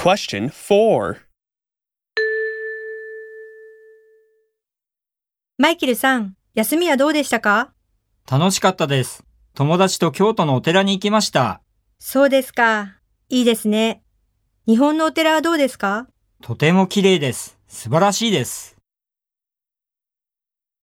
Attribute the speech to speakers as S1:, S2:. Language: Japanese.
S1: Question 4.
S2: マイケルさん、休みはどうでしたか
S3: 楽しかったです。友達と京都のお寺に行きました。
S2: そうですか。いいですね。日本のお寺はどうですか
S3: とても綺麗です。素晴らしいです。